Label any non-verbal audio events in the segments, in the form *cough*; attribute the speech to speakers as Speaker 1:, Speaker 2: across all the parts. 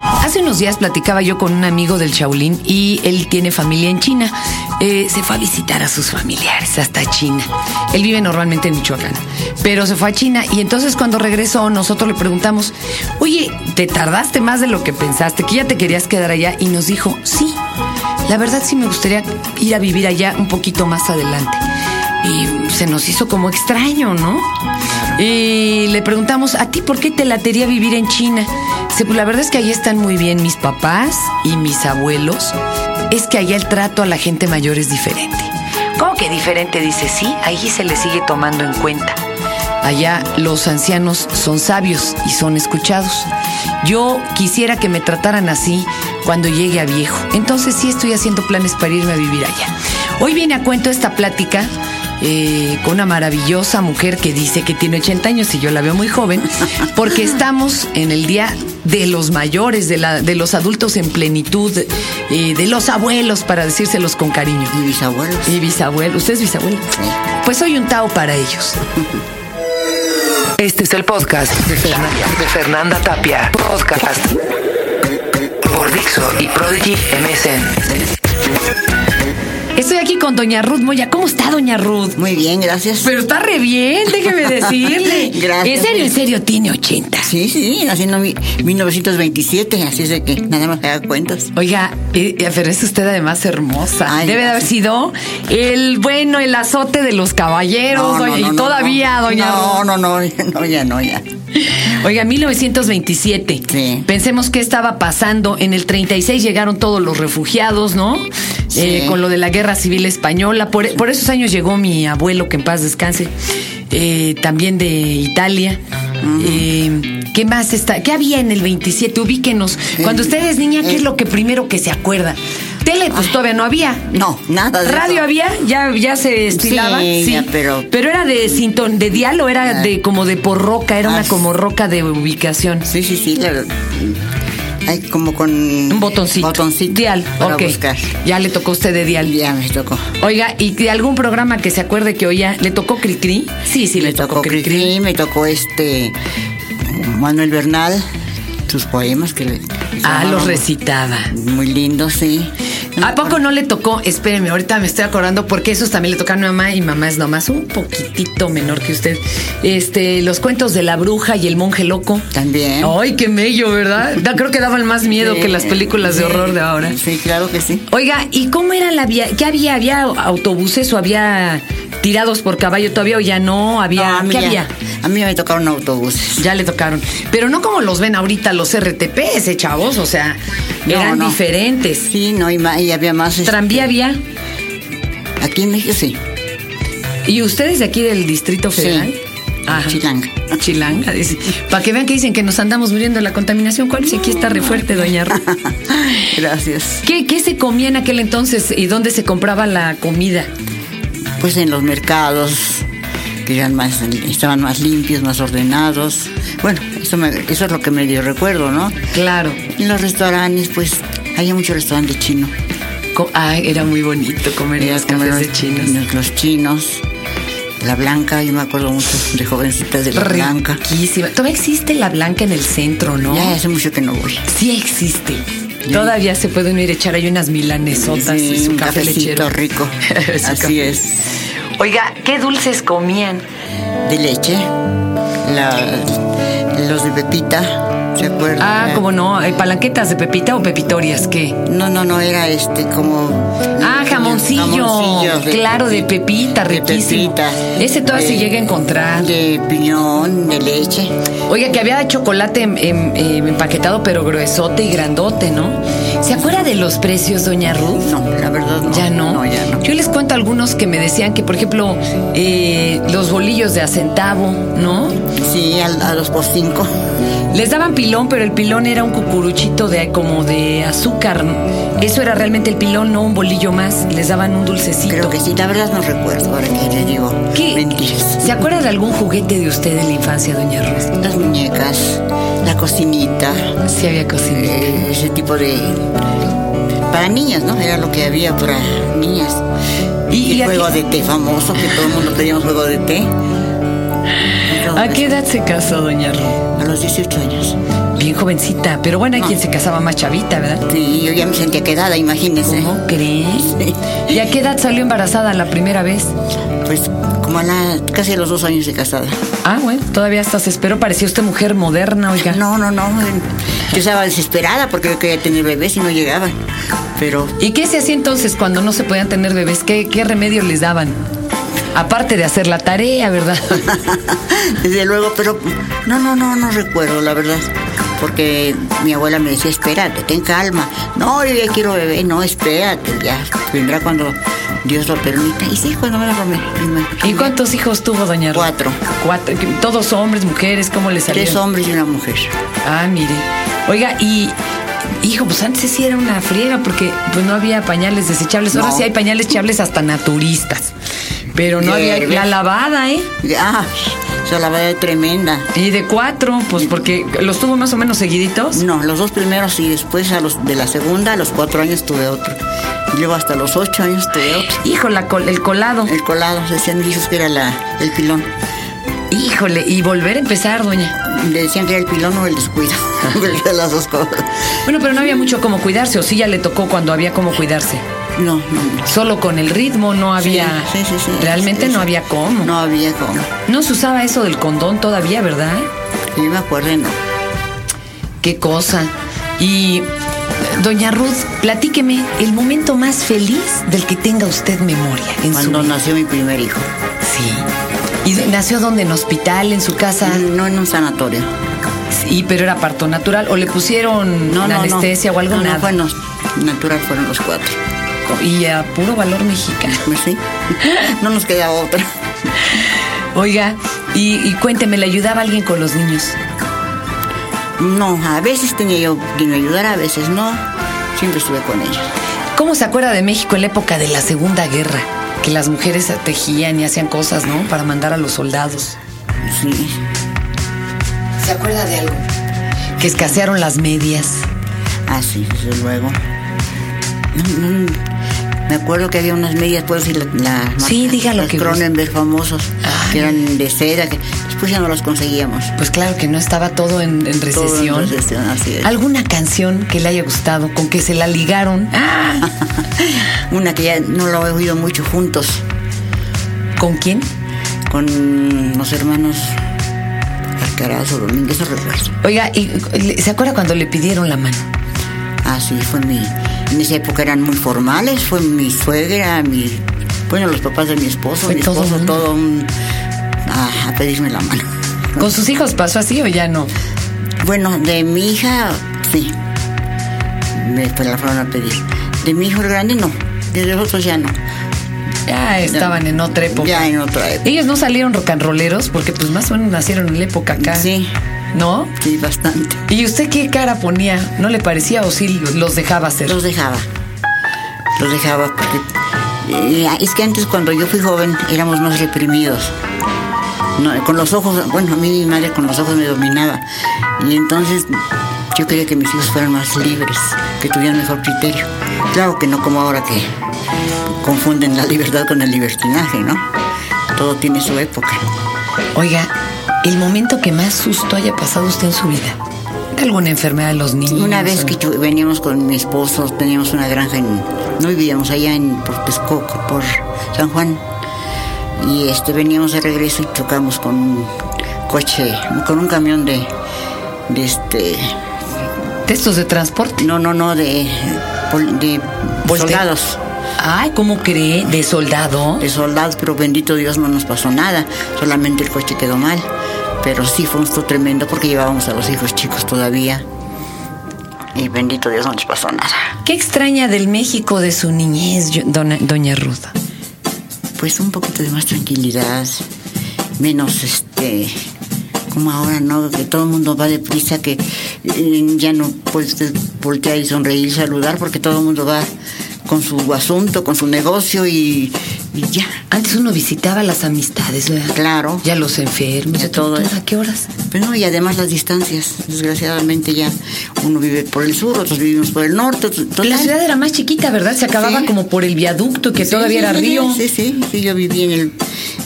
Speaker 1: Hace unos días platicaba yo con un amigo del Shaolin y él tiene familia en China. Eh, se fue a visitar a sus familiares hasta China. Él vive normalmente en Michoacán, pero se fue a China y entonces cuando regresó nosotros le preguntamos, oye, ¿te tardaste más de lo que pensaste? ¿Que ya te querías quedar allá? Y nos dijo, sí, la verdad sí me gustaría ir a vivir allá un poquito más adelante. Y se nos hizo como extraño, ¿no? Y le preguntamos, ¿a ti por qué te latería vivir en China? Dice, "Pues la verdad es que allí están muy bien mis papás y mis abuelos. Es que allá el trato a la gente mayor es diferente. ¿Cómo que diferente? Dice, sí, allí se le sigue tomando en cuenta. Allá los ancianos son sabios y son escuchados. Yo quisiera que me trataran así cuando llegue a viejo. Entonces sí estoy haciendo planes para irme a vivir allá. Hoy viene a cuento esta plática eh, con una maravillosa mujer que dice que tiene 80 años y yo la veo muy joven, porque estamos en el día de los mayores, de, la- de los adultos en plenitud, eh, de los abuelos, para decírselos con cariño.
Speaker 2: Y mis abuelos.
Speaker 1: Y bisabuelo, ¿usted es bisabuelo? Pues soy un Tao para ellos.
Speaker 3: Este es el podcast de Fernanda, de Fernanda Tapia. Podcast por Dixo y Prodigy MSN.
Speaker 1: Estoy aquí con doña Ruth Moya. ¿Cómo está doña Ruth?
Speaker 2: Muy bien, gracias.
Speaker 1: Pero está re bien, déjeme decirle.
Speaker 2: *laughs* Gracias.
Speaker 1: En serio, en serio, tiene 80.
Speaker 2: Sí, sí, haciendo mi, 1927, así es de que nada más haga cuentas.
Speaker 1: Oiga, eh, eh, pero es usted además hermosa.
Speaker 2: Ay,
Speaker 1: Debe de haber
Speaker 2: gracias.
Speaker 1: sido el bueno, el azote de los caballeros. doña- y todavía,
Speaker 2: no.
Speaker 1: doña
Speaker 2: No,
Speaker 1: Ruth.
Speaker 2: no, no, *laughs* no, ya, no, ya.
Speaker 1: Oiga, 1927.
Speaker 2: Sí.
Speaker 1: Pensemos qué estaba pasando. En el 36 llegaron todos los refugiados, ¿no?
Speaker 2: Sí.
Speaker 1: Eh, con lo de la guerra civil española. Por, por esos años llegó mi abuelo, que en paz descanse, eh, también de Italia. Eh, ¿Qué más está? ¿Qué había en el 27? Ubíquenos. Cuando
Speaker 2: Eh,
Speaker 1: usted es niña, ¿qué
Speaker 2: eh.
Speaker 1: es lo que primero que se acuerda? Tele, pues todavía no había.
Speaker 2: No, nada de
Speaker 1: Radio
Speaker 2: eso.
Speaker 1: había, ya, ya se estilaba.
Speaker 2: Sí, ya, pero-
Speaker 1: era de sintón, de diálogo, era
Speaker 2: Ah.
Speaker 1: de como de porroca, era
Speaker 2: Ah,
Speaker 1: una
Speaker 2: sí.
Speaker 1: como roca de ubicación.
Speaker 2: Sí, sí, sí, la- Ay, como con...
Speaker 1: Un botoncito.
Speaker 2: Botoncito.
Speaker 1: Dial,
Speaker 2: Para
Speaker 1: ok.
Speaker 2: buscar.
Speaker 1: Ya le tocó a usted de dial.
Speaker 2: Ya me tocó.
Speaker 1: Oiga, ¿y de algún programa que se acuerde que oía? ¿Le tocó Cricri? Sí, sí, le, tocó, Cricri.
Speaker 2: Cricri, me tocó este Manuel Bernal, sus poemas que le
Speaker 1: Ah, los
Speaker 2: recitos
Speaker 1: recitaba.
Speaker 2: Muy lindos, sí.
Speaker 1: ¿A poco no le tocó? Espéreme, ahorita me estoy acordando porque esos también le tocan a mi mamá y mamá es nomás un poquitito menor que usted. Este, los cuentos de la bruja y el monje loco.
Speaker 2: También.
Speaker 1: Ay, qué mello, ¿verdad? Da- creo que daban más miedo
Speaker 2: Sí,
Speaker 1: que las películas de
Speaker 2: sí,
Speaker 1: horror de ahora.
Speaker 2: Sí, claro que sí.
Speaker 1: Oiga, ¿y cómo era la vía? ¿Qué había? ¿Había autobuses o había tirados por caballo todavía o ya no?
Speaker 2: No,
Speaker 1: ¿Había?
Speaker 2: a, mí
Speaker 1: ¿Qué
Speaker 2: ya-
Speaker 1: había?
Speaker 2: a mí ya me tocaron autobuses.
Speaker 1: Ya le tocaron. Pero no como los ven ahorita los RTPs, chavos. O sea,
Speaker 2: No,
Speaker 1: eran
Speaker 2: no.
Speaker 1: diferentes.
Speaker 2: Sí, no, y, ma- y había más. este,
Speaker 1: Tranvía había.
Speaker 2: Aquí en México sí.
Speaker 1: ¿Y ustedes de aquí del Distrito Federal?
Speaker 2: Sí. Chilanga.
Speaker 1: Chilanga, dice. Para que vean que dicen que nos andamos muriendo de la contaminación. ¿Cuál? Si aquí está re fuerte, doña Ruth.
Speaker 2: *laughs* Gracias.
Speaker 1: ¿Qué, ¿Qué se comía en aquel entonces y dónde se compraba la comida?
Speaker 2: Pues en los mercados, que eran más, estaban más limpios, más ordenados. Bueno, eso, me- eso es lo que me dio recuerdo, ¿no?
Speaker 1: Claro.
Speaker 2: En los restaurantes, pues, había mucho restaurante chino.
Speaker 1: Co- Ay, era muy bonito comer en
Speaker 2: Era
Speaker 1: los
Speaker 2: como
Speaker 1: cafés de
Speaker 2: los-
Speaker 1: chinos.
Speaker 2: Los, los chinos. La blanca, yo me acuerdo mucho de jovencita de la blanca.
Speaker 1: Riquísima. Todavía existe la blanca en el centro, ¿no?
Speaker 2: Ya hace mucho que no voy.
Speaker 1: Sí existe. Todavía se pueden ir a echar ahí unas milanesotas
Speaker 2: Sí,
Speaker 1: y su
Speaker 2: un
Speaker 1: café
Speaker 2: cafecito
Speaker 1: lechero. *laughs*
Speaker 2: rico.
Speaker 1: Su
Speaker 2: Así
Speaker 1: café.
Speaker 2: es.
Speaker 1: Oiga, ¿qué dulces comían?
Speaker 2: De leche. la- los de Pepita, ¿se acuerdan?
Speaker 1: Ah,
Speaker 2: Era-
Speaker 1: como no, eh, palanquetas de pepita o pepitorias, ¿qué?
Speaker 2: No, no, no, era este como.
Speaker 1: Ah, jamoncillo.
Speaker 2: Jamoncillos
Speaker 1: claro, de pepita,
Speaker 2: de
Speaker 1: riquísimo.
Speaker 2: pepita.
Speaker 1: Ese todavía
Speaker 2: De-
Speaker 1: se llega a encontrar.
Speaker 2: De piñón, de leche.
Speaker 1: Oiga, que había chocolate em- em- em, empaquetado, pero gruesote y grandote, ¿no? ¿Se acuerda de los precios, doña Ruth?
Speaker 2: No, la verdad no.
Speaker 1: Ya no.
Speaker 2: No, ya no.
Speaker 1: Yo les cuento algunos que me decían que, por ejemplo, eh, los bolillos de a centavo, ¿no?
Speaker 2: Sí, al- a, los por cinco.
Speaker 1: Les daban pilón, pero el pilón era un cucuruchito de como de azúcar. Eso era realmente el pilón, no un bolillo más. Les daban un dulcecito.
Speaker 2: Creo que sí, la verdad no recuerdo ahora que le digo.
Speaker 1: ¿Qué-
Speaker 2: Mentiras.
Speaker 1: ¿Se acuerda de algún juguete de usted en la infancia, doña Ruth?
Speaker 2: Las muñecas, la cocinita,
Speaker 1: Sí había cocinado.
Speaker 2: eh, ese tipo de. Para niñas, ¿no? Era lo que había para niñas.
Speaker 1: Y-
Speaker 2: Y,
Speaker 1: y a
Speaker 2: el juego
Speaker 1: qué-
Speaker 2: de té famoso, que todo el mundo pedíamos juego de té.
Speaker 1: ¿A qué edad se casó, doña Ruth?
Speaker 2: A los 18 años.
Speaker 1: bien jovencita. Pero bueno, hay
Speaker 2: No.
Speaker 1: quien se casaba más chavita, ¿verdad?
Speaker 2: Sí, yo ya me sentía quedada, imagínense.
Speaker 1: ¿Cómo crees? ¿Y a qué edad salió embarazada la primera vez?
Speaker 2: Pues como a la, casi a los dos años de casada.
Speaker 1: Ah, bueno, todavía hasta se esperó. Parecía usted mujer moderna, oiga.
Speaker 2: No, no, no. eh, Yo estaba desesperada porque yo quería tener bebés y no llegaban. Pero
Speaker 1: ¿Y qué se hacía entonces cuando no se podían tener bebés? ¿Qué, qué remedio les daban? Aparte de hacer la tarea, ¿verdad?
Speaker 2: *laughs* Desde luego, pero no, no, no, no recuerdo, la verdad. Porque mi abuela me decía, espérate, ten calma. No, yo ya quiero bebé, no, espérate, ya vendrá cuando Dios lo permita. Y sí, cuando me la comer.
Speaker 1: ¿Y cuántos hijos tuvo, doña Ruth?
Speaker 2: Cuatro.
Speaker 1: Cuatro. ¿Todos hombres, mujeres? ¿Cómo les salieron?
Speaker 2: Tres hombres y una mujer.
Speaker 1: Ah, mire. Oiga, y... Hijo, pues antes sí era una friega porque pues no había pañales desechables. Ahora
Speaker 2: No.
Speaker 1: sí hay pañales chables hasta naturistas. Pero no había
Speaker 2: Hierbes.
Speaker 1: la lavada, ¿eh?
Speaker 2: Ya, esa lavada es tremenda.
Speaker 1: Y de cuatro, pues porque los tuvo más o menos seguiditos.
Speaker 2: No, los dos primeros y después a los de la segunda, a los cuatro años tuve otro. Y luego hasta los ocho años tuve otro.
Speaker 1: Hijo, la col- el colado.
Speaker 2: El colado, decían mis hijos que era la, el pilón.
Speaker 1: Híjole, y volver a empezar, doña.
Speaker 2: Le decían que era el pilón o *laughs* el descuido. de las dos cosas.
Speaker 1: Bueno, pero no había mucho como cuidarse, o sí ya le tocó cuando había como cuidarse.
Speaker 2: No, no, no.
Speaker 1: Solo con el ritmo no había.
Speaker 2: Sí, sí, sí, sí.
Speaker 1: Realmente
Speaker 2: Sí,
Speaker 1: no
Speaker 2: sí.
Speaker 1: había cómo. No.
Speaker 2: No había cómo.
Speaker 1: se usaba eso del condón todavía, ¿verdad?
Speaker 2: Yo me acuerdo, no.
Speaker 1: Qué cosa. Y. eh, Doña Ruth, platíqueme el momento más feliz del que tenga usted memoria en
Speaker 2: Cuando
Speaker 1: su vida.
Speaker 2: nació mi primer hijo.
Speaker 1: Sí. ¿Y de- nació donde? ¿En hospital? ¿En su casa?
Speaker 2: No en un sanatorio.
Speaker 1: ¿Y pero era parto natural? ¿O le pusieron
Speaker 2: No, no,
Speaker 1: anestesia
Speaker 2: no.
Speaker 1: o algo?
Speaker 2: No, no,
Speaker 1: nada.
Speaker 2: bueno, natural fueron los cuatro.
Speaker 1: Y a puro valor mexicano.
Speaker 2: ¿Sí? No nos queda otra.
Speaker 1: Oiga, y, y cuénteme, ¿le ayudaba alguien con los niños?
Speaker 2: No, a veces tenía yo quien me ayudara, a veces no. Siempre estuve con ellos.
Speaker 1: ¿Cómo se acuerda de México en la época de la Segunda Guerra? Que las mujeres tejían y hacían cosas, ¿no? Para mandar a los soldados.
Speaker 2: Sí.
Speaker 1: ¿Se acuerda de algo? Que escasearon las medias.
Speaker 2: Así, Ah, desde luego. No, no, no. Me acuerdo que había unas medias, puedo decir la, la
Speaker 1: Sí,
Speaker 2: marca,
Speaker 1: diga lo
Speaker 2: las
Speaker 1: que
Speaker 2: Cronenberg famosos, que eran de seda, que después ya no las conseguíamos.
Speaker 1: Pues claro que no estaba todo en, en
Speaker 2: Todo en
Speaker 1: recesión.
Speaker 2: recesión, así es.
Speaker 1: ¿Alguna canción que le haya gustado, con que se la ligaron? ¡Ah!
Speaker 2: Una que ya no lo he oído mucho juntos
Speaker 1: ¿Con quién?
Speaker 2: con los hermanos Alcaraz o Domínguez, no recuerdo.
Speaker 1: Oiga, ¿y, le- ¿se acuerda cuando le pidieron la mano?
Speaker 2: Así Ah, fue mi. En esa época eran muy formales, fue mi suegra, mi. Bueno, los papás de mi esposo,
Speaker 1: Fue
Speaker 2: mi
Speaker 1: todo
Speaker 2: esposo,
Speaker 1: mundo.
Speaker 2: todo un- ah, a- a pedirme la mano.
Speaker 1: ¿Con sus hijos pasó así o ya no?
Speaker 2: Bueno, de mi hija, sí. Me pues, la fueron a pedir. De mi hijo el grande, no. De los otros ya no.
Speaker 1: Ya estaban en otra época.
Speaker 2: Ya en otra época.
Speaker 1: Ellos no salieron rock and rolleros porque pues más o menos nacieron en la época acá.
Speaker 2: Sí.
Speaker 1: ¿No?
Speaker 2: Sí, bastante.
Speaker 1: ¿Y usted qué cara ponía? ¿No le parecía o sí los dejaba hacer?
Speaker 2: Los dejaba. Los dejaba porque. eh, es que antes, cuando yo fui joven, éramos más reprimidos. No, con los ojos, bueno, a mí mi madre con los ojos me dominaba. Y entonces yo quería que mis hijos fueran más libres, que tuvieran mejor criterio. Claro que no como ahora que confunden la libertad con el libertinaje, ¿no? Todo tiene su época.
Speaker 1: Oiga, el momento que más susto haya pasado usted en su vida. ¿De alguna enfermedad de los niños?
Speaker 2: Una vez
Speaker 1: o-
Speaker 2: que yo- veníamos con mi esposo, teníamos una granja en. No vivíamos allá en por Texcoco, por San Juan. Y este veníamos de regreso y chocamos con un coche, con un camión de. de este.
Speaker 1: De estos de transporte.
Speaker 2: No, no, no, de. pol- de
Speaker 1: Volte-
Speaker 2: soldados.
Speaker 1: Ay, ¿cómo cree? ¿De soldado?
Speaker 2: De soldados, pero bendito Dios no nos pasó nada. Solamente el coche quedó mal. Pero sí fue un susto tremendo porque llevábamos a los hijos chicos todavía. Y bendito Dios no nos pasó nada.
Speaker 1: ¿Qué extraña del México de su niñez, yo- dona- doña Ruth?
Speaker 2: pues un poquito de más tranquilidad, menos este, como ahora, ¿no? Que todo el mundo va deprisa, que eh, ya no puede usted voltear y sonreír, saludar, porque todo el mundo va con su asunto, con su negocio y, y ya.
Speaker 1: Antes uno visitaba las amistades, ¿verdad?
Speaker 2: Claro.
Speaker 1: Ya los enfermos,
Speaker 2: Ya
Speaker 1: y todo.
Speaker 2: todo eso.
Speaker 1: ¿A qué horas?
Speaker 2: Pues no, y además las distancias, desgraciadamente ya uno vive por el sur, otros vivimos por el norte, otros-
Speaker 1: La
Speaker 2: total.
Speaker 1: ciudad era más chiquita, ¿verdad? Se acababa
Speaker 2: Sí.
Speaker 1: como por el viaducto que
Speaker 2: Sí,
Speaker 1: todavía
Speaker 2: sí,
Speaker 1: era
Speaker 2: sí,
Speaker 1: río.
Speaker 2: Sí, sí, sí, yo viví en el,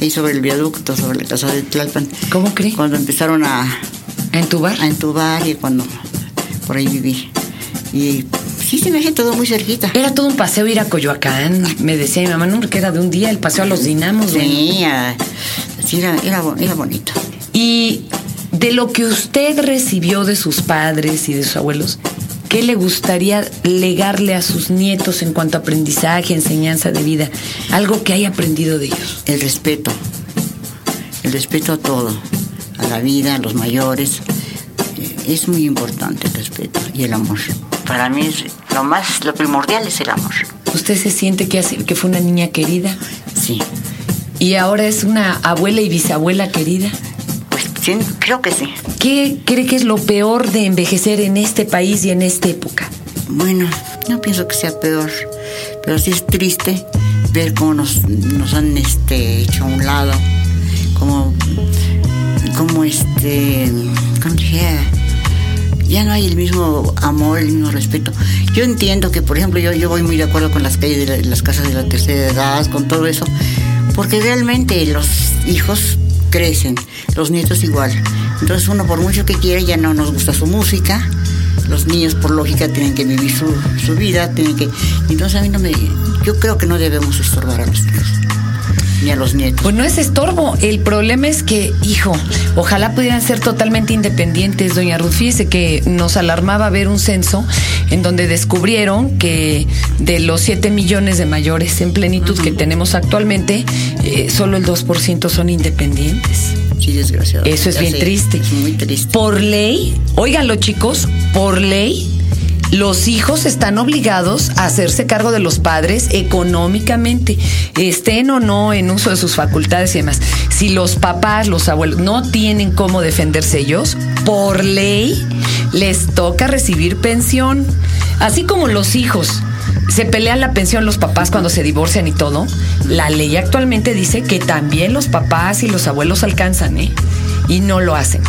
Speaker 2: ahí sobre el viaducto, sobre la casa de Tlalpan.
Speaker 1: ¿Cómo cree?
Speaker 2: Cuando empezaron a,
Speaker 1: A ¿A entubar?
Speaker 2: a entubar y cuando por ahí viví. Y sí se me hace todo muy cerquita.
Speaker 1: Era todo un paseo ir a Coyoacán. Me decía mi mamá, no, que era de un día el paseo a los dinamos. güey.
Speaker 2: Sí, a- sí, era, era, bo- era bonito.
Speaker 1: Y de lo que usted recibió de sus padres y de sus abuelos, ¿qué le gustaría legarle a sus nietos en cuanto a aprendizaje, enseñanza de vida? Algo que haya aprendido de ellos.
Speaker 2: El respeto. El respeto a todo. A la vida, a los mayores. Eh, Es muy importante el respeto y el amor. Para mí es lo más, lo primordial es el amor.
Speaker 1: ¿Usted se siente que, hace- que fue una niña querida
Speaker 2: Sí.
Speaker 1: y ahora es una abuela y bisabuela querida?
Speaker 2: Pues sí, creo que sí.
Speaker 1: ¿Qué cree que es lo peor de envejecer en este país y en esta época?
Speaker 2: Bueno, no pienso que sea peor, pero sí es triste ver cómo nos, nos han este, hecho a un lado, como, como este, ¿cómo te dijera? Ya no hay el mismo amor, el mismo respeto. Yo entiendo que, por ejemplo, yo, yo voy muy de acuerdo con las calles de la- las casas de la tercera edad, con todo eso, porque realmente los hijos crecen, los nietos igual. Entonces uno por mucho que quiera ya no nos gusta su música, los niños por lógica tienen que vivir su, su vida, tienen que... Entonces a mí no me... Yo creo que no debemos estorbar a los hijos, ni a los nietos.
Speaker 1: Pues no es estorbo. El problema es que, hijo, ojalá pudieran ser totalmente independientes, doña Ruth. Fíjese que nos alarmaba ver un censo en donde descubrieron que de los 7 millones de mayores en plenitud que tenemos actualmente, eh, solo el 2% son independientes.
Speaker 2: Sí, desgraciado.
Speaker 1: Eso es
Speaker 2: Ya
Speaker 1: bien
Speaker 2: sé,
Speaker 1: triste.
Speaker 2: Es muy triste.
Speaker 1: Por ley, óiganlo chicos, por ley, los hijos están obligados a hacerse cargo de los padres económicamente, estén o no en uso de sus facultades y demás. Si los papás, los abuelos no tienen cómo defenderse ellos, por ley les toca recibir pensión, así como los hijos. Se pelean la pensión los papás cuando se divorcian y todo. La ley actualmente dice que también los papás y los abuelos alcanzan, ¿eh? y no lo hacen.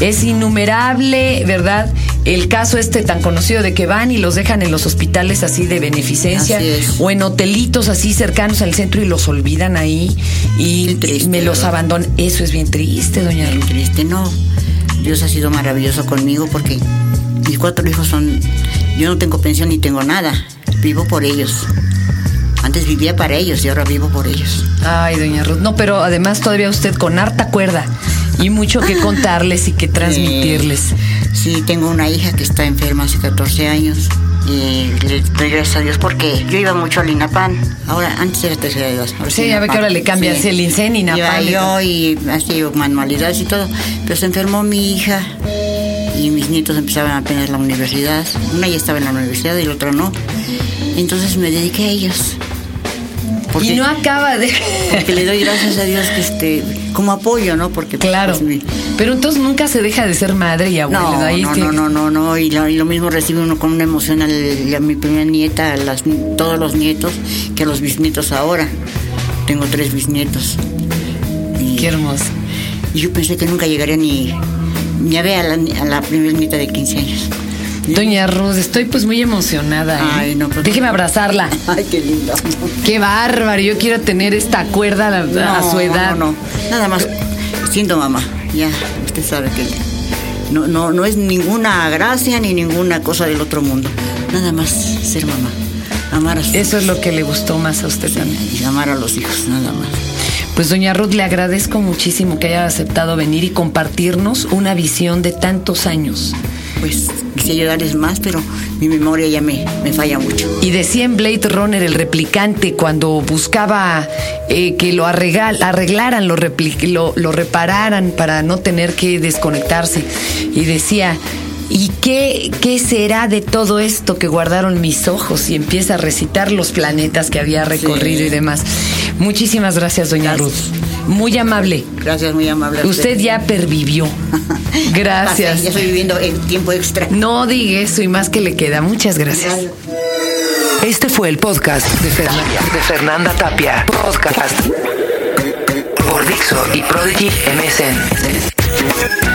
Speaker 1: Es innumerable, ¿verdad? El caso este tan conocido de que van y los dejan en los hospitales así de beneficencia
Speaker 2: Así es.
Speaker 1: o en hotelitos así cercanos al centro y los olvidan ahí y
Speaker 2: Qué triste,
Speaker 1: me los
Speaker 2: ¿verdad?
Speaker 1: abandonan. Eso es bien triste, doña
Speaker 2: Bien
Speaker 1: Ruth.
Speaker 2: triste, no. Dios ha sido maravilloso conmigo porque mis cuatro hijos son. Yo no tengo pensión ni tengo nada. Vivo por ellos. Antes vivía para ellos y ahora vivo por ellos.
Speaker 1: Ay, doña Ruth. No, pero además todavía usted con harta cuerda y mucho
Speaker 2: *laughs*
Speaker 1: que contarles y que transmitirles.
Speaker 2: Sí, sí, tengo una hija que está enferma hace 14 años. Y le doy gracias a Dios porque yo iba mucho al INAPAN. Ahora, antes era tercera edad. ahora es
Speaker 1: Sí, ya ve que ahora le cambian, es el INSEN, INAPAN.
Speaker 2: Iba yo y así manualidades y todo. Pero se enfermó mi hija y mis nietos empezaban apenas la universidad. Una ya estaba en la universidad y la otra no. Entonces me dediqué a ellos.
Speaker 1: Y no acaba de... *laughs*
Speaker 2: porque le doy gracias a Dios que este, como apoyo, ¿no? Porque pues,
Speaker 1: Claro.
Speaker 2: pues, mi-
Speaker 1: Pero entonces nunca se deja de ser madre y abuela.
Speaker 2: no,
Speaker 1: Ahí
Speaker 2: no,
Speaker 1: tiene-
Speaker 2: no, no, no, no, y lo, y lo mismo recibe uno con una emoción al- a mi primera nieta, a las, todos los nietos, que a los bisnietos ahora. Tengo tres bisnietos. Y,
Speaker 1: Qué hermoso.
Speaker 2: y yo pensé que nunca llegaría ni, ni a ver a la, a la primera nieta de 15 años. *laughs*
Speaker 1: Doña Ruth, estoy pues muy emocionada. ¿eh?
Speaker 2: Ay, no, pero-
Speaker 1: Déjeme abrazarla.
Speaker 2: Ay, qué lindo.
Speaker 1: Qué bárbaro, yo quiero tener esta cuerda a, la- a
Speaker 2: No,
Speaker 1: su edad.
Speaker 2: No, no, nada más siendo mamá, ya, usted sabe que no, no, no es ninguna gracia ni ninguna cosa del otro mundo. Nada más ser mamá, amar a sus
Speaker 1: Eso es lo que le gustó más a usted también.
Speaker 2: y amar a los hijos, nada más.
Speaker 1: Pues doña Ruth, le agradezco muchísimo que haya aceptado venir y compartirnos una visión de tantos años.
Speaker 2: Pues quise ayudarles más, pero mi memoria ya me, me falla mucho.
Speaker 1: Y decía en Blade Runner el replicante cuando buscaba eh, que lo arregal- arreglaran, lo, repli- lo- lo repararan para no tener que desconectarse. Y decía, ¿y qué, qué será de todo esto que guardaron mis ojos? Y empieza a recitar los planetas que había recorrido
Speaker 2: Sí.
Speaker 1: y demás. Muchísimas gracias, doña
Speaker 2: Gracias.
Speaker 1: Ruth. Muy amable.
Speaker 2: Gracias, muy amable. a *laughs*
Speaker 1: Usted ya pervivió. Gracias.
Speaker 2: Pasé, ya estoy viviendo el tiempo extra.
Speaker 1: No diga eso y más que le queda. Muchas gracias.
Speaker 3: Este fue el podcast de Fernanda, de Fernanda Tapia. Podcast por Dixo y Prodigy MSN.